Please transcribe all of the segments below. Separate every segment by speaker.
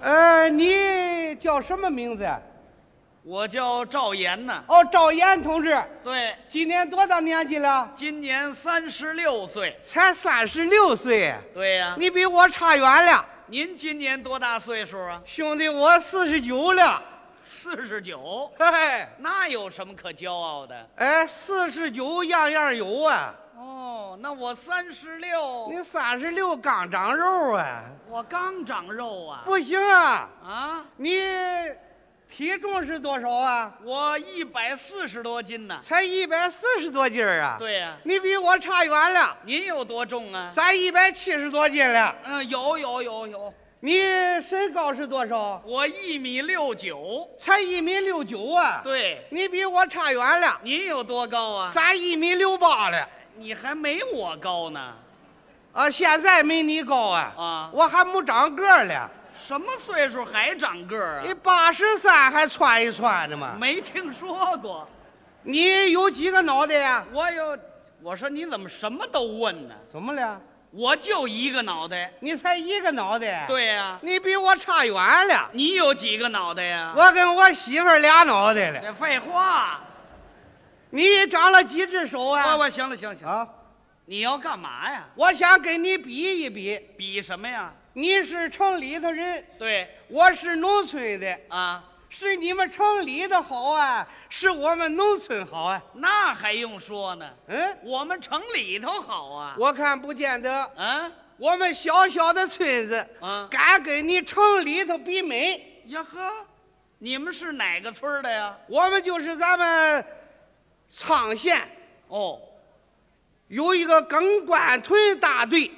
Speaker 1: 呃，你叫什么名字呀？
Speaker 2: 我叫赵岩呢。
Speaker 1: 哦，赵岩同志，
Speaker 2: 对，
Speaker 1: 今年多大年纪了？
Speaker 2: 今年三十六岁。
Speaker 1: 才三十六岁，
Speaker 2: 对呀、
Speaker 1: 你比我差远了。
Speaker 2: 您今年多大岁数啊？
Speaker 1: 兄弟，我四十九了。
Speaker 2: 四十九，
Speaker 1: 嘿嘿，
Speaker 2: 那有什么可骄傲的？
Speaker 1: 哎，四十九样样有啊。
Speaker 2: 哦，那我三十六，
Speaker 1: 你三十六刚长肉啊，
Speaker 2: 我刚长肉啊。
Speaker 1: 不行啊！
Speaker 2: 啊，
Speaker 1: 你体重是多少啊？
Speaker 2: 我一百四十多斤呢。
Speaker 1: 才一百四十多斤儿啊！，
Speaker 2: 对呀、
Speaker 1: 你比我差远了，
Speaker 2: 您有多重啊？
Speaker 1: 咱一百七十多斤了。
Speaker 2: 嗯，有有有有，
Speaker 1: 你身高是多少？
Speaker 2: 我一米六九。
Speaker 1: 才一米六九啊！
Speaker 2: 对，
Speaker 1: 你比我差远了，
Speaker 2: 您有多高啊？
Speaker 1: 咱一米六八了。
Speaker 2: 你还没我高呢。
Speaker 1: 啊，现在没你高啊！
Speaker 2: 啊
Speaker 1: 我还没长个儿了。
Speaker 2: 什么岁数还长个儿
Speaker 1: 你
Speaker 2: 啊？
Speaker 1: 八十三还窜一窜的吗？
Speaker 2: 没听说过。
Speaker 1: 你有几个脑袋呀？
Speaker 2: 我有，我说你怎么什么都问呢？
Speaker 1: 怎么了？
Speaker 2: 我就一个脑袋。
Speaker 1: 你才一个脑袋。。
Speaker 2: 对啊呀、
Speaker 1: 你比我差远了。
Speaker 2: 你有几个脑袋呀、
Speaker 1: 我跟我媳妇儿俩脑袋了。
Speaker 2: 这废话。
Speaker 1: 你长了几只手啊？
Speaker 2: 我我行了行了行了，
Speaker 1: 啊，
Speaker 2: 你要干嘛呀？
Speaker 1: 我想跟你比一比。
Speaker 2: 比什么呀？
Speaker 1: 你是城里头人，
Speaker 2: 对
Speaker 1: 我是农村的，
Speaker 2: 啊，
Speaker 1: 是你们城里的好啊，是我们农村好啊。
Speaker 2: 那还用说呢？
Speaker 1: 嗯，
Speaker 2: 我们城里头好啊。
Speaker 1: 我看不见得，
Speaker 2: 啊
Speaker 1: 我们小小的村子，
Speaker 2: 啊
Speaker 1: 敢跟你城里头比美，
Speaker 2: 呀呵，你们是哪个村儿的呀？
Speaker 1: 我们就是咱们沧县
Speaker 2: 哦，
Speaker 1: 有一个耿官屯大队，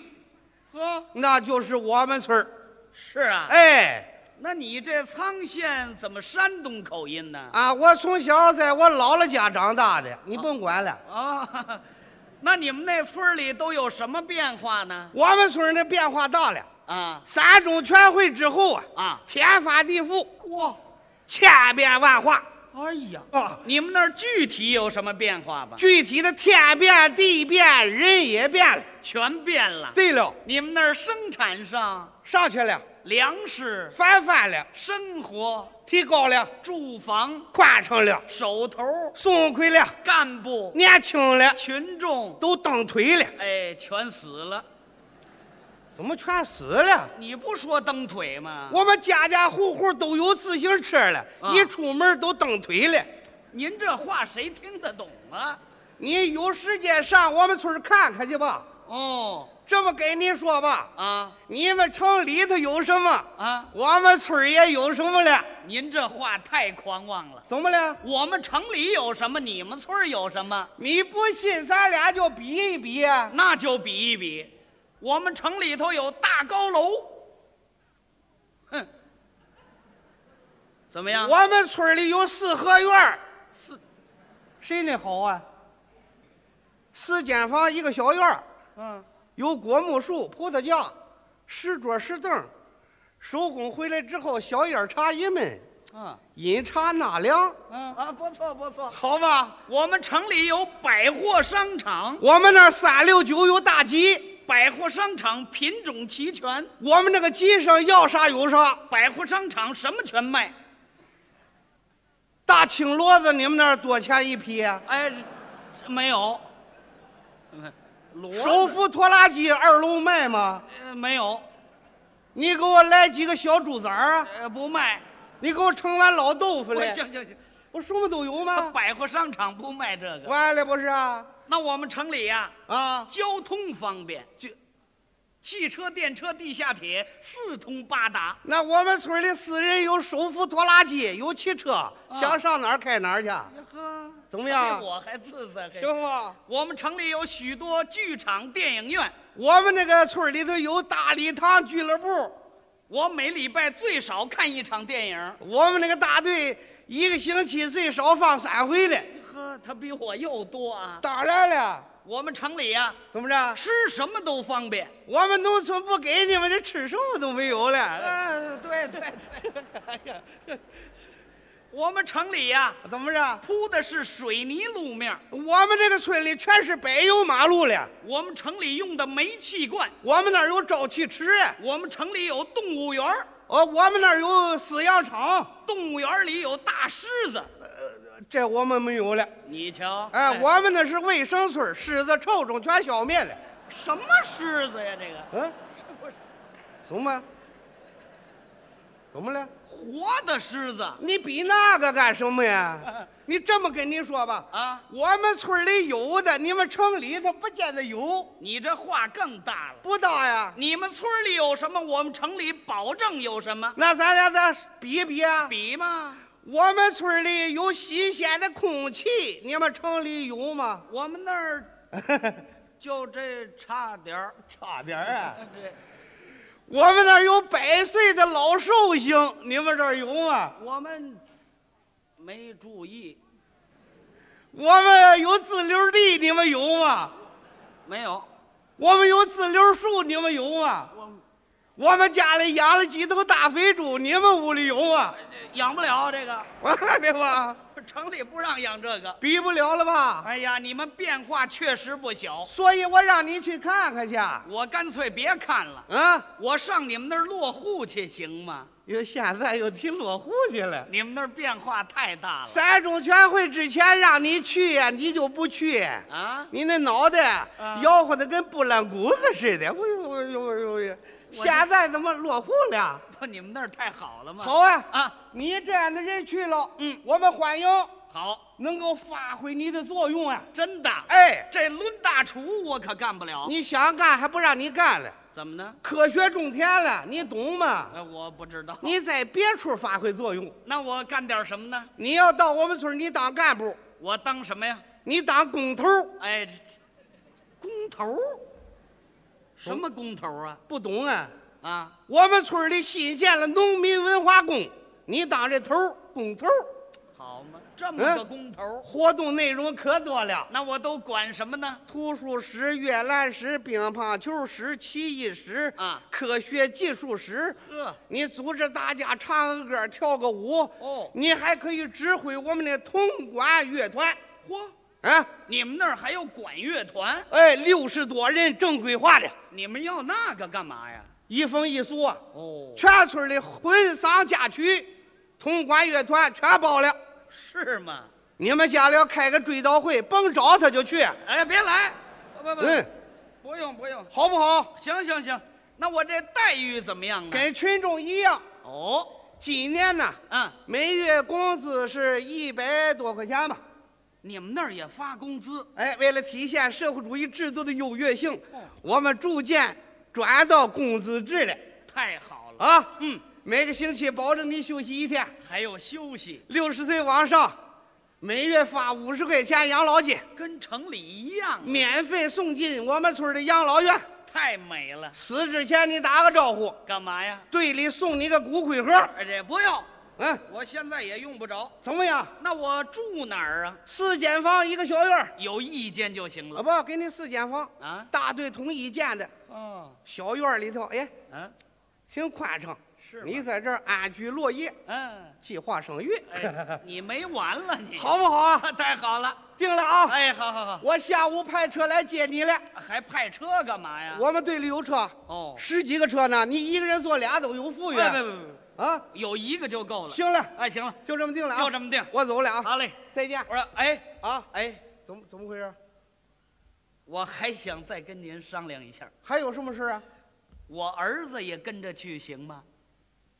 Speaker 2: 呵，
Speaker 1: 那就是我们村儿。
Speaker 2: 是啊。
Speaker 1: 哎，
Speaker 2: 那你这沧县怎么山东口音呢？
Speaker 1: 啊，我从小在我姥姥家长大的，你甭管了。
Speaker 2: 啊、哦，那你们那村儿里都有什么变化呢？
Speaker 1: 我们村儿的变化大了，
Speaker 2: 啊
Speaker 1: 三中全会之后啊，
Speaker 2: 啊，
Speaker 1: 天翻地覆，
Speaker 2: 哇，
Speaker 1: 千变万化
Speaker 2: 哎呀，
Speaker 1: 啊。
Speaker 2: 你们那儿具体有什么变化吧？
Speaker 1: 具体的天变地变，人也变了。
Speaker 2: 全变了。
Speaker 1: 对了，
Speaker 2: 你们那儿生产上
Speaker 1: 上去了，
Speaker 2: 粮食、
Speaker 1: 翻番了，
Speaker 2: 生活、
Speaker 1: 提高了，
Speaker 2: 住房、
Speaker 1: 宽敞了，
Speaker 2: 手头、
Speaker 1: 松快了，
Speaker 2: 干部、
Speaker 1: 年轻了，
Speaker 2: 群众，
Speaker 1: 都蹬腿了，
Speaker 2: 哎，全死了。
Speaker 1: 怎么全死了？
Speaker 2: 你不说蹬腿吗？
Speaker 1: 我们家家户户都有自行车了，
Speaker 2: 啊
Speaker 1: 一出门都蹬腿了。
Speaker 2: 您这话谁听得懂啊？
Speaker 1: 你有时间上我们村儿看看去吧。
Speaker 2: 哦，
Speaker 1: 这么跟你说吧，
Speaker 2: 啊
Speaker 1: 你们城里头有什么，
Speaker 2: 啊。
Speaker 1: 我们村儿也有什么了？
Speaker 2: 您这话太狂妄了。
Speaker 1: 怎么了？
Speaker 2: 我们城里有什么，你们村儿有什么，
Speaker 1: 你不信，咱俩就比一比啊！
Speaker 2: 那就比一比。我们城里头有大高楼，哼，怎么样？
Speaker 1: 我们村儿里有四合院儿
Speaker 2: 四
Speaker 1: 谁那好啊？四间房一个小院儿
Speaker 2: 嗯，
Speaker 1: 有果木树、葡萄架、石桌、石凳儿。收工回来之后，小烟儿茶一闷，
Speaker 2: 嗯
Speaker 1: 饮茶纳凉，
Speaker 2: 嗯啊，不错不错。
Speaker 1: 好吧？
Speaker 2: 我们城里有百货商场，
Speaker 1: 我们那儿三六九有大集，
Speaker 2: 百货商场品种齐全，
Speaker 1: 我们那个集上要啥有啥。
Speaker 2: 百货商场什么全卖。
Speaker 1: 大青骡子，你们那儿多少钱一匹啊？
Speaker 2: 哎，这没有，骡子
Speaker 1: 手扶拖拉机二楼卖吗？
Speaker 2: 呃没有，
Speaker 1: 你给我来几个小猪崽儿啊，
Speaker 2: 呃不卖。
Speaker 1: 你给我盛碗老豆腐
Speaker 2: 我
Speaker 1: 来，
Speaker 2: 行行行，
Speaker 1: 我啊什么都有吗？
Speaker 2: 百货商场不卖这个。
Speaker 1: 完了不是啊？
Speaker 2: 那我们城里呀、
Speaker 1: 啊，
Speaker 2: 交通方便，
Speaker 1: 就
Speaker 2: 汽车、电车、地下铁四通八达。
Speaker 1: 那我们村里私人有手扶拖拉机，有汽车，想上哪儿开哪儿去，
Speaker 2: 呵，
Speaker 1: 怎么样
Speaker 2: 比哎我还自在。嘿，
Speaker 1: 行吗？
Speaker 2: 我们城里有许多剧场、电影院。
Speaker 1: 我们那个村里头有大礼堂俱乐部，
Speaker 2: 我每礼拜最少看一场电影。
Speaker 1: 我们那个大队一个星期最少放三回的。
Speaker 2: 呵，他比我又多啊！
Speaker 1: 当然了，
Speaker 2: 我们城里呀、
Speaker 1: 怎么着？
Speaker 2: 吃什么都方便。
Speaker 1: 我们农村不给你们，这吃什么都没有了。
Speaker 2: 嗯、对对对。哎呀， 我们城里呀、
Speaker 1: 怎么着？
Speaker 2: 铺的是水泥路面儿，
Speaker 1: 我们这个村里全是柏油马路了，
Speaker 2: 我们城里用的煤气罐，
Speaker 1: 我们那儿有沼气池啊，
Speaker 2: 我们城里有动物园儿
Speaker 1: 哦，我们那儿有饲养场，
Speaker 2: 动物园里有大狮子，
Speaker 1: 这我们没有了。
Speaker 2: 你瞧，
Speaker 1: 哎，我们那是卫生村，狮子、臭虫全消灭了。
Speaker 2: 什么狮子呀？这个
Speaker 1: 嗯，
Speaker 2: 是不是
Speaker 1: 怎么？怎么了？
Speaker 2: 活的狮子
Speaker 1: 你比那个干什么 呀？你这么跟你说吧，
Speaker 2: 啊？
Speaker 1: 我们村里有的，你们城里头不见得有，
Speaker 2: 你这话更大了。
Speaker 1: 不大呀。
Speaker 2: 你们村里有什么，我们城里保证有什么。
Speaker 1: 那咱俩再比一比啊。
Speaker 2: 比嘛，
Speaker 1: 我们村里有新鲜的空气，你们城里有吗？
Speaker 2: 我们那儿就这差点儿。
Speaker 1: 差点啊！
Speaker 2: 这
Speaker 1: 我们那儿有百岁的老寿星，你们这儿有吗？
Speaker 2: 我们没注意，
Speaker 1: 我们有自留地，你们有吗？
Speaker 2: 没有，
Speaker 1: 我们有自留树，你们有吗？
Speaker 2: 我
Speaker 1: 我们家里养了几头大肥猪，你们屋里有吗？
Speaker 2: 呃养不了这个，
Speaker 1: 我看见吧，
Speaker 2: 城里不让养这个。
Speaker 1: 比不了了吧？
Speaker 2: 哎呀，你们变化确实不小，
Speaker 1: 所以我让你去看看去。
Speaker 2: 我干脆别看了，
Speaker 1: 啊，
Speaker 2: 我上你们那儿落户去行吗？
Speaker 1: 又现在又提落户去了。
Speaker 2: 你们那儿变化太大了
Speaker 1: 三中全会之前让你去呀，你就不去。
Speaker 2: 啊！
Speaker 1: 你那脑袋
Speaker 2: 啊
Speaker 1: 摇晃的跟拨浪鼓子似的，我我我我我，现在怎么落户了？
Speaker 2: 不，你们那儿太好了吗？
Speaker 1: 好啊，
Speaker 2: 啊，
Speaker 1: 你这样的人去了，
Speaker 2: 嗯，
Speaker 1: 我们欢迎，
Speaker 2: 好，
Speaker 1: 能够发挥你的作用啊！
Speaker 2: 真的。
Speaker 1: 哎，
Speaker 2: 这抡大厨我可干不了，
Speaker 1: 你想干还不让你干了，
Speaker 2: 怎么呢？
Speaker 1: 科学种田了，你懂吗？
Speaker 2: 哎，我不知道。
Speaker 1: 你在别处发挥作用，
Speaker 2: 那我干点什么呢？
Speaker 1: 你要到我们村儿，你当干部，
Speaker 2: 我当什么呀？
Speaker 1: 你当工头，
Speaker 2: 哎，这工头儿什么工头儿啊？
Speaker 1: 不懂啊？
Speaker 2: 啊，
Speaker 1: 我们村儿里新建了农民文化宫，你当这头儿工头儿，
Speaker 2: 好嘛，这么个
Speaker 1: 嗯
Speaker 2: 工头儿，
Speaker 1: 活动内容可多了。
Speaker 2: 那我都管什么呢？
Speaker 1: 图书室、阅览室、乒乓球室、棋艺室
Speaker 2: 啊
Speaker 1: 科学技术室。
Speaker 2: 呵，
Speaker 1: 你组织大家唱个歌、跳个舞，
Speaker 2: 哦，
Speaker 1: 你还可以指挥我们的铜管乐团
Speaker 2: 哎嚯，
Speaker 1: 啊！
Speaker 2: 你们那儿还有管乐团？
Speaker 1: 哎，六十多人正规化的，
Speaker 2: 你们要那个干嘛呀？
Speaker 1: 一风一俗啊！
Speaker 2: 哦，
Speaker 1: 全村的婚丧嫁娶，铜管乐团全包了。
Speaker 2: 是吗？
Speaker 1: 你们家里要开个追悼会，甭找他就去。
Speaker 2: 哎，别来，不不不，
Speaker 1: 嗯，
Speaker 2: 不用不用，
Speaker 1: 好不好？
Speaker 2: 行行行，那我这待遇怎么样啊？
Speaker 1: 跟群众一样，
Speaker 2: 哦，
Speaker 1: 今年呢，
Speaker 2: 嗯，
Speaker 1: 每月工资是一百多块钱吧。
Speaker 2: 你们那儿也发工资？
Speaker 1: 哎，为了体现社会主义制度的优越性
Speaker 2: 哦，
Speaker 1: 我们逐渐转到工资制了
Speaker 2: 太好了，
Speaker 1: 啊！
Speaker 2: 嗯，
Speaker 1: 每个星期保证你休息一天，
Speaker 2: 还有休息，
Speaker 1: 六十岁往上，每月发五十块钱养老金，
Speaker 2: 跟城里一样，
Speaker 1: 免费送进我们村的养老院。
Speaker 2: 太美了。
Speaker 1: 死之前你打个招呼，
Speaker 2: 干嘛呀？
Speaker 1: 队里送你个骨灰盒。
Speaker 2: 哎，这不要，
Speaker 1: 嗯，
Speaker 2: 我现在也用不着。
Speaker 1: 怎么样？
Speaker 2: 那我住哪儿啊？
Speaker 1: 四间房一个小院儿，
Speaker 2: 有意见就行
Speaker 1: 啊
Speaker 2: 了
Speaker 1: 不，给你四间房，
Speaker 2: 啊。
Speaker 1: 大队统一建的
Speaker 2: 哦，
Speaker 1: 小院儿里头，哎，
Speaker 2: 嗯，
Speaker 1: 挺宽敞。
Speaker 2: 是
Speaker 1: 你
Speaker 2: 吗
Speaker 1: 在这儿安居乐业，
Speaker 2: 嗯，
Speaker 1: 计划生育，
Speaker 2: 哎，你没完了你。
Speaker 1: 好不好啊？
Speaker 2: 啊， 太好了。
Speaker 1: 定了啊！
Speaker 2: 哎，好好好，
Speaker 1: 我下午派车来接你了。
Speaker 2: 还派车干嘛呀？
Speaker 1: 我们队里有车，
Speaker 2: 啊哦，哎
Speaker 1: 十几个车呢，你一个人坐俩都有服务
Speaker 2: 不
Speaker 1: 员
Speaker 2: 不不不，
Speaker 1: 啊。
Speaker 2: 有一个就够了。，
Speaker 1: 行了，
Speaker 2: 哎，行了，
Speaker 1: 就这么定了啊
Speaker 2: 就！这么定。
Speaker 1: 我走了啊，
Speaker 2: 好嘞。
Speaker 1: 再见
Speaker 2: 我说，哎
Speaker 1: 啊！
Speaker 2: 哎，
Speaker 1: 怎么怎么回事？
Speaker 2: 我还想再跟您商量一下，
Speaker 1: 还有什么事啊？
Speaker 2: 我儿子也跟着去行吗？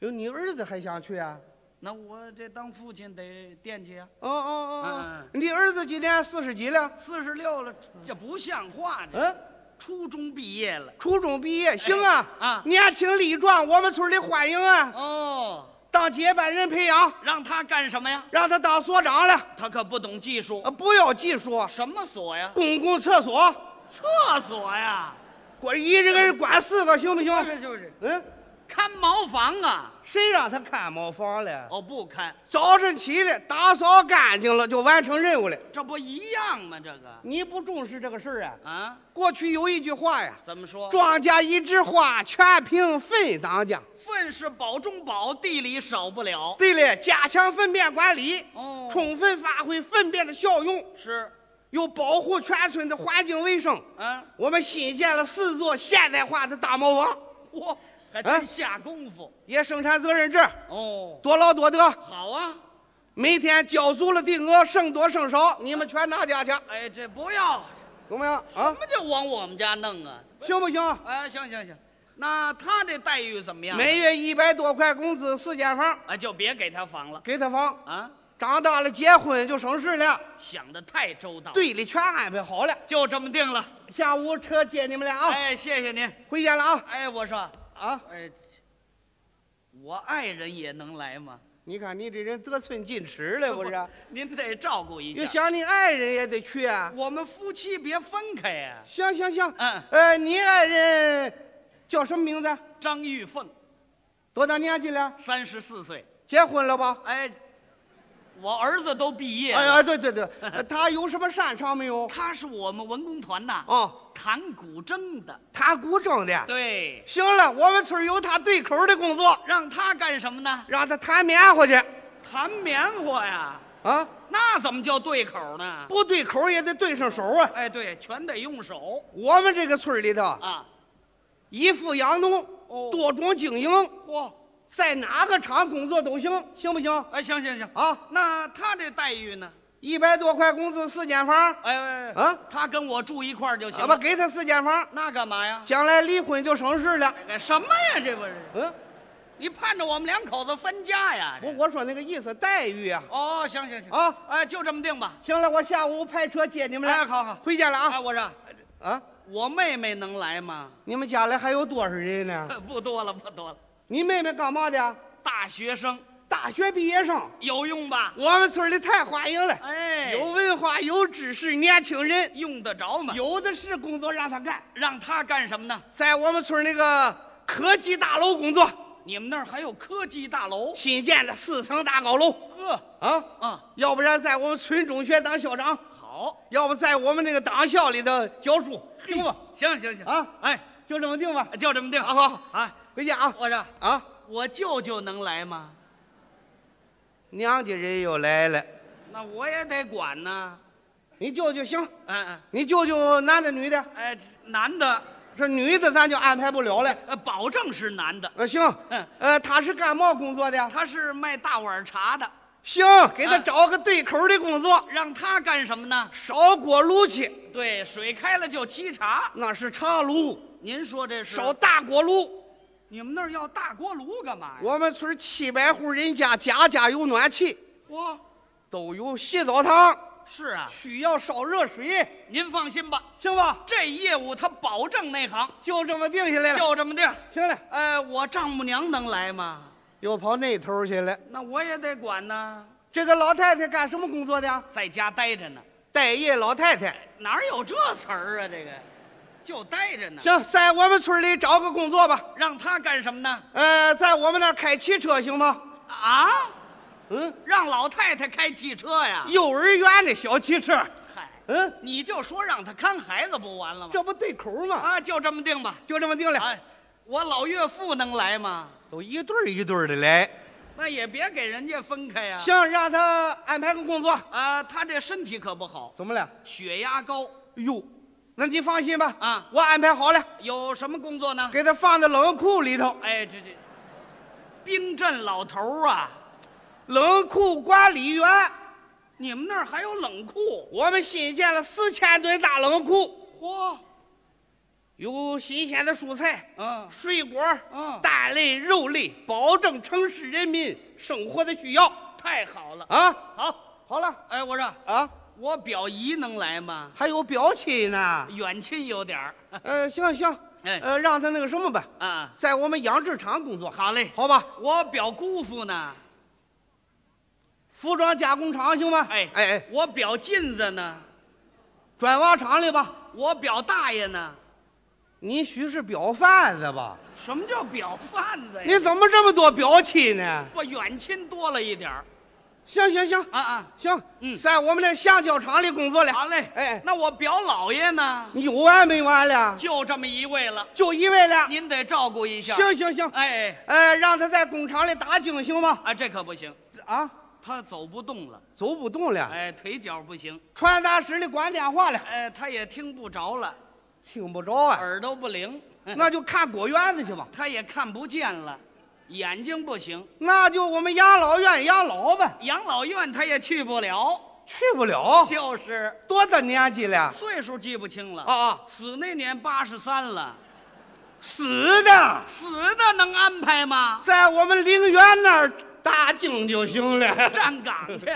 Speaker 1: 哟，你儿子还想去啊？
Speaker 2: 那我这当父亲得惦记啊。
Speaker 1: 哦哦哦
Speaker 2: 嗯
Speaker 1: 哦，你儿子今年四十几了？
Speaker 2: 四十六了，这不像话！这
Speaker 1: 嗯，
Speaker 2: 初中毕业了
Speaker 1: 初中毕业，行啊
Speaker 2: 啊
Speaker 1: 年轻力壮，我们村里欢迎啊，
Speaker 2: 哦，
Speaker 1: 当接班人培养，
Speaker 2: 让他干什么呀？
Speaker 1: 让他当所长了。
Speaker 2: 他可不懂技术
Speaker 1: 啊，。不要技术，
Speaker 2: 什么所呀？
Speaker 1: 公共厕所，
Speaker 2: 厕所呀？
Speaker 1: 管一个人管四个，行不行？
Speaker 2: 就是
Speaker 1: 嗯，
Speaker 2: 看茅房啊？
Speaker 1: 谁让他看茅房了？
Speaker 2: 哦，不看，
Speaker 1: 早晨起来打扫干净了，就完成任务了。
Speaker 2: 这不一样吗？这个
Speaker 1: 你不重视这个事儿啊？
Speaker 2: 啊，
Speaker 1: 过去有一句话呀，
Speaker 2: 怎么说？
Speaker 1: 庄稼一枝花，全凭粪当家。
Speaker 2: 粪是宝中宝，地里少不了。
Speaker 1: 对了，加强粪便管理，
Speaker 2: 哦，
Speaker 1: 充分发挥粪便的效用。
Speaker 2: 是，
Speaker 1: 又保护全村的环境卫生。
Speaker 2: 啊，
Speaker 1: 我们新建了四座现代化的大茅房，
Speaker 2: 嚯，还
Speaker 1: 啊
Speaker 2: 真下功夫。
Speaker 1: 也生产责任制，
Speaker 2: 哦，
Speaker 1: 多劳多得。
Speaker 2: 好啊，
Speaker 1: 每天交足了定额，剩多剩少，你们全拿家去，
Speaker 2: 哎，这不要，
Speaker 1: 怎么样
Speaker 2: 什
Speaker 1: 啊？
Speaker 2: 么叫往我们家弄啊？
Speaker 1: 行不行？
Speaker 2: 啊，行行行，那他这待遇怎么样？
Speaker 1: 每月一百多块工资，四间房，
Speaker 2: 啊，就别给他房了
Speaker 1: 给他房。
Speaker 2: 啊！
Speaker 1: 长大了结婚就省事了，
Speaker 2: 想的太周到，，
Speaker 1: 队里全安排好了。
Speaker 2: 就这么定了。
Speaker 1: 下午车接你们俩啊，
Speaker 2: 哎，谢谢您。
Speaker 1: 回家了啊
Speaker 2: 哎，我说，
Speaker 1: 啊！
Speaker 2: 哎，我爱人也能来吗？
Speaker 1: 你看你这人得寸进尺了，不是？啊
Speaker 2: 您得照顾一
Speaker 1: 你
Speaker 2: 下，
Speaker 1: 想你爱人也得去啊。
Speaker 2: 我们夫妻别分开呀、
Speaker 1: 行行行，
Speaker 2: 嗯
Speaker 1: 呃，你爱人叫什么名字？
Speaker 2: 张玉凤，
Speaker 1: 多大年纪了？
Speaker 2: 三十四岁。
Speaker 1: 结婚了吧？
Speaker 2: 哎，我儿子都毕业了。
Speaker 1: 哎呀，对 对对，呃他有什么擅长没 有？
Speaker 2: 他是我们文工团呐，
Speaker 1: 哦，
Speaker 2: 弹古筝的。
Speaker 1: 他古筝的。
Speaker 2: 对，
Speaker 1: 行了，我们村儿有他对口的工作，
Speaker 2: 让他干什么呢？
Speaker 1: 让他弹棉花去
Speaker 2: 弹棉花呀，
Speaker 1: 啊！
Speaker 2: 那怎么叫对口呢？
Speaker 1: 不对口也得对上手啊。
Speaker 2: 哎，对，全得用手
Speaker 1: 我们这个村儿里头，
Speaker 2: 啊。
Speaker 1: 以富养农，
Speaker 2: 哦
Speaker 1: 多种经营，
Speaker 2: 嚯，
Speaker 1: 在哪个厂工作都行，行不行？
Speaker 2: 哎，行行行，
Speaker 1: 啊，
Speaker 2: 那他这待遇呢？
Speaker 1: 一百多块工资，四间房，
Speaker 2: 哎哎，哎
Speaker 1: 啊
Speaker 2: 他跟我住一块儿就行
Speaker 1: 啊
Speaker 2: 了。
Speaker 1: 不，给他四间房，
Speaker 2: 那干嘛呀？
Speaker 1: 将来离婚就省事了。
Speaker 2: 哎什么呀？这不是
Speaker 1: 嗯，
Speaker 2: 你盼着我们两口子分家呀？这
Speaker 1: 不，我说那个意思待遇啊。
Speaker 2: 哦，行行行，
Speaker 1: 啊，
Speaker 2: 哎，就这么定吧。
Speaker 1: 行了，我下午派车接你们
Speaker 2: 哎，
Speaker 1: 俩，
Speaker 2: 好好。
Speaker 1: 回家了
Speaker 2: 哎，
Speaker 1: 啊
Speaker 2: 我说
Speaker 1: 啊！
Speaker 2: 我妹妹能来吗？
Speaker 1: 你们家里还有多少人呢？
Speaker 2: 呃不多了，不多了。
Speaker 1: 你妹妹干嘛的？
Speaker 2: 大学生
Speaker 1: 大学毕业生。
Speaker 2: 有用吧？
Speaker 1: 我们村里太欢迎了，
Speaker 2: 哎，
Speaker 1: 有文化、有知识，年轻人
Speaker 2: 用得着吗？
Speaker 1: 有的是工作让他干。
Speaker 2: 让他干什么呢？
Speaker 1: 在我们村那个科技大楼工作，
Speaker 2: 你们那儿还有科技大楼？
Speaker 1: 新建的四层大高楼
Speaker 2: 呵，
Speaker 1: 啊。
Speaker 2: 啊，
Speaker 1: 要不然在我们村中学当校长，
Speaker 2: 好，
Speaker 1: 要不在我们那个党校里头教书，行吧？
Speaker 2: 行行行
Speaker 1: 啊，
Speaker 2: 哎，
Speaker 1: 就这么定吧。
Speaker 2: 就这么定。
Speaker 1: 好哎好好，
Speaker 2: 啊，
Speaker 1: 回家啊
Speaker 2: 我说
Speaker 1: 啊！
Speaker 2: 我舅舅能来吗？
Speaker 1: 娘家人又来了，
Speaker 2: 那我也得管呢。
Speaker 1: 你舅舅行，
Speaker 2: 嗯嗯，
Speaker 1: 你舅舅男的女的，
Speaker 2: 哎，这男的，
Speaker 1: 这女的咱就安排不了了。
Speaker 2: 呃，保证是男的。
Speaker 1: 呃，行，
Speaker 2: 嗯，
Speaker 1: 呃，他是干嘛工作的？
Speaker 2: 他是卖大碗茶的，
Speaker 1: 行，哎给他找个对口的工作，
Speaker 2: 让他干什么呢？
Speaker 1: 烧锅炉去，
Speaker 2: 对，水开了就沏茶。
Speaker 1: 那是茶炉，
Speaker 2: 您说这是
Speaker 1: 烧大锅炉。
Speaker 2: 你们那儿要大锅炉干嘛呀？
Speaker 1: 我们村七百户人家，家家有暖气，
Speaker 2: 我，
Speaker 1: 都有洗澡堂，
Speaker 2: 是啊，
Speaker 1: 需要烧热水。
Speaker 2: 您放心吧，
Speaker 1: 行吧，
Speaker 2: 这业务他保证内行，
Speaker 1: 就这么定下来了。
Speaker 2: 就这么定。
Speaker 1: 行了，
Speaker 2: 呃，我丈母娘能来吗？
Speaker 1: 又跑那头去了。
Speaker 2: 那我也得管呢，
Speaker 1: 这个老太太干什么工作的？
Speaker 2: 在家待着呢，
Speaker 1: 待业老太太。
Speaker 2: 哪有这词儿啊？这个，就待着呢。
Speaker 1: 行，在我们村里找个工作吧。
Speaker 2: 让他干什么呢？
Speaker 1: 呃，在我们那儿开汽车行吗？
Speaker 2: 啊，
Speaker 1: 嗯，
Speaker 2: 让老太太开汽车呀？
Speaker 1: 幼儿园的小汽车。
Speaker 2: 嗨，
Speaker 1: 嗯，
Speaker 2: 你就说让他看孩子不完了吗？
Speaker 1: 这不对口吗？
Speaker 2: 啊，就这么定吧。
Speaker 1: 就这么定了。
Speaker 2: 哎，我老岳父能来吗？
Speaker 1: 都一对儿一对儿的来。
Speaker 2: 那也别给人家分开呀、
Speaker 1: 行，让他安排个工作。
Speaker 2: 啊，他这身体可不好，
Speaker 1: 怎么了？
Speaker 2: 血压高，
Speaker 1: 哟，那你放心吧。
Speaker 2: 啊，
Speaker 1: 我安排好了，
Speaker 2: 有什么工作呢？
Speaker 1: 给他放在冷库里头。
Speaker 2: 哎，这这，冰镇老头儿啊，
Speaker 1: 冷库管理员。
Speaker 2: 你们那儿还有冷库？
Speaker 1: 我们新建了四千吨大冷库，
Speaker 2: 嚯，
Speaker 1: 有新鲜的蔬菜、
Speaker 2: 嗯
Speaker 1: 水果、
Speaker 2: 嗯，
Speaker 1: 蛋类、肉类，保证城市人民生活的需要
Speaker 2: 太好了。
Speaker 1: 啊。
Speaker 2: 好，
Speaker 1: 好了
Speaker 2: 哎，我说
Speaker 1: 啊，
Speaker 2: 我表姨能来吗？
Speaker 1: 还有表亲呢。
Speaker 2: 远亲有点儿。
Speaker 1: 呃，行行，
Speaker 2: 哎
Speaker 1: 呃，让他那个什么吧，
Speaker 2: 啊，
Speaker 1: 在我们养殖场工作，
Speaker 2: 好嘞。
Speaker 1: 好吧？
Speaker 2: 我表姑父呢？
Speaker 1: 服装加工厂行吗？
Speaker 2: 哎
Speaker 1: 哎哎，
Speaker 2: 我表妗子呢？
Speaker 1: 砖瓦厂里吧。
Speaker 2: 我表大爷呢？
Speaker 1: 你许是表贩子吧？
Speaker 2: 什么叫表贩子呀？
Speaker 1: 你怎么这么多表亲呢？
Speaker 2: 我远亲多了一点儿。
Speaker 1: 行行行
Speaker 2: 啊啊，
Speaker 1: 行，
Speaker 2: 嗯
Speaker 1: 在我们那橡胶厂里工作了。
Speaker 2: 好嘞。
Speaker 1: 哎哎
Speaker 2: 那我表姥爷呢？
Speaker 1: 你有完没完了？
Speaker 2: 就这么一位了，
Speaker 1: 就一位了。
Speaker 2: 您得照顾一下。
Speaker 1: 行行行，
Speaker 2: 哎，哎
Speaker 1: 呃，让他在工厂里打井行吗？
Speaker 2: 啊，这可不行，
Speaker 1: 啊，
Speaker 2: 他走不动了，
Speaker 1: 走不动了。
Speaker 2: 哎，腿脚不行，
Speaker 1: 传达室里管电话了，
Speaker 2: 哎，他也听不着了，
Speaker 1: 听不着啊。
Speaker 2: 耳朵不灵，
Speaker 1: 那就看果园子去吧。
Speaker 2: 他也看不见了，眼睛不行，
Speaker 1: 那就我们养老院养老呗，
Speaker 2: 养老院他也去不了，
Speaker 1: 去不了，
Speaker 2: 就是
Speaker 1: 多大年纪了？
Speaker 2: 岁数记不清了。
Speaker 1: 啊啊，
Speaker 2: 死那年八十三了，
Speaker 1: 死的，
Speaker 2: 死的能安排吗？
Speaker 1: 在我们陵园那儿搭井就行了。
Speaker 2: 站岗去。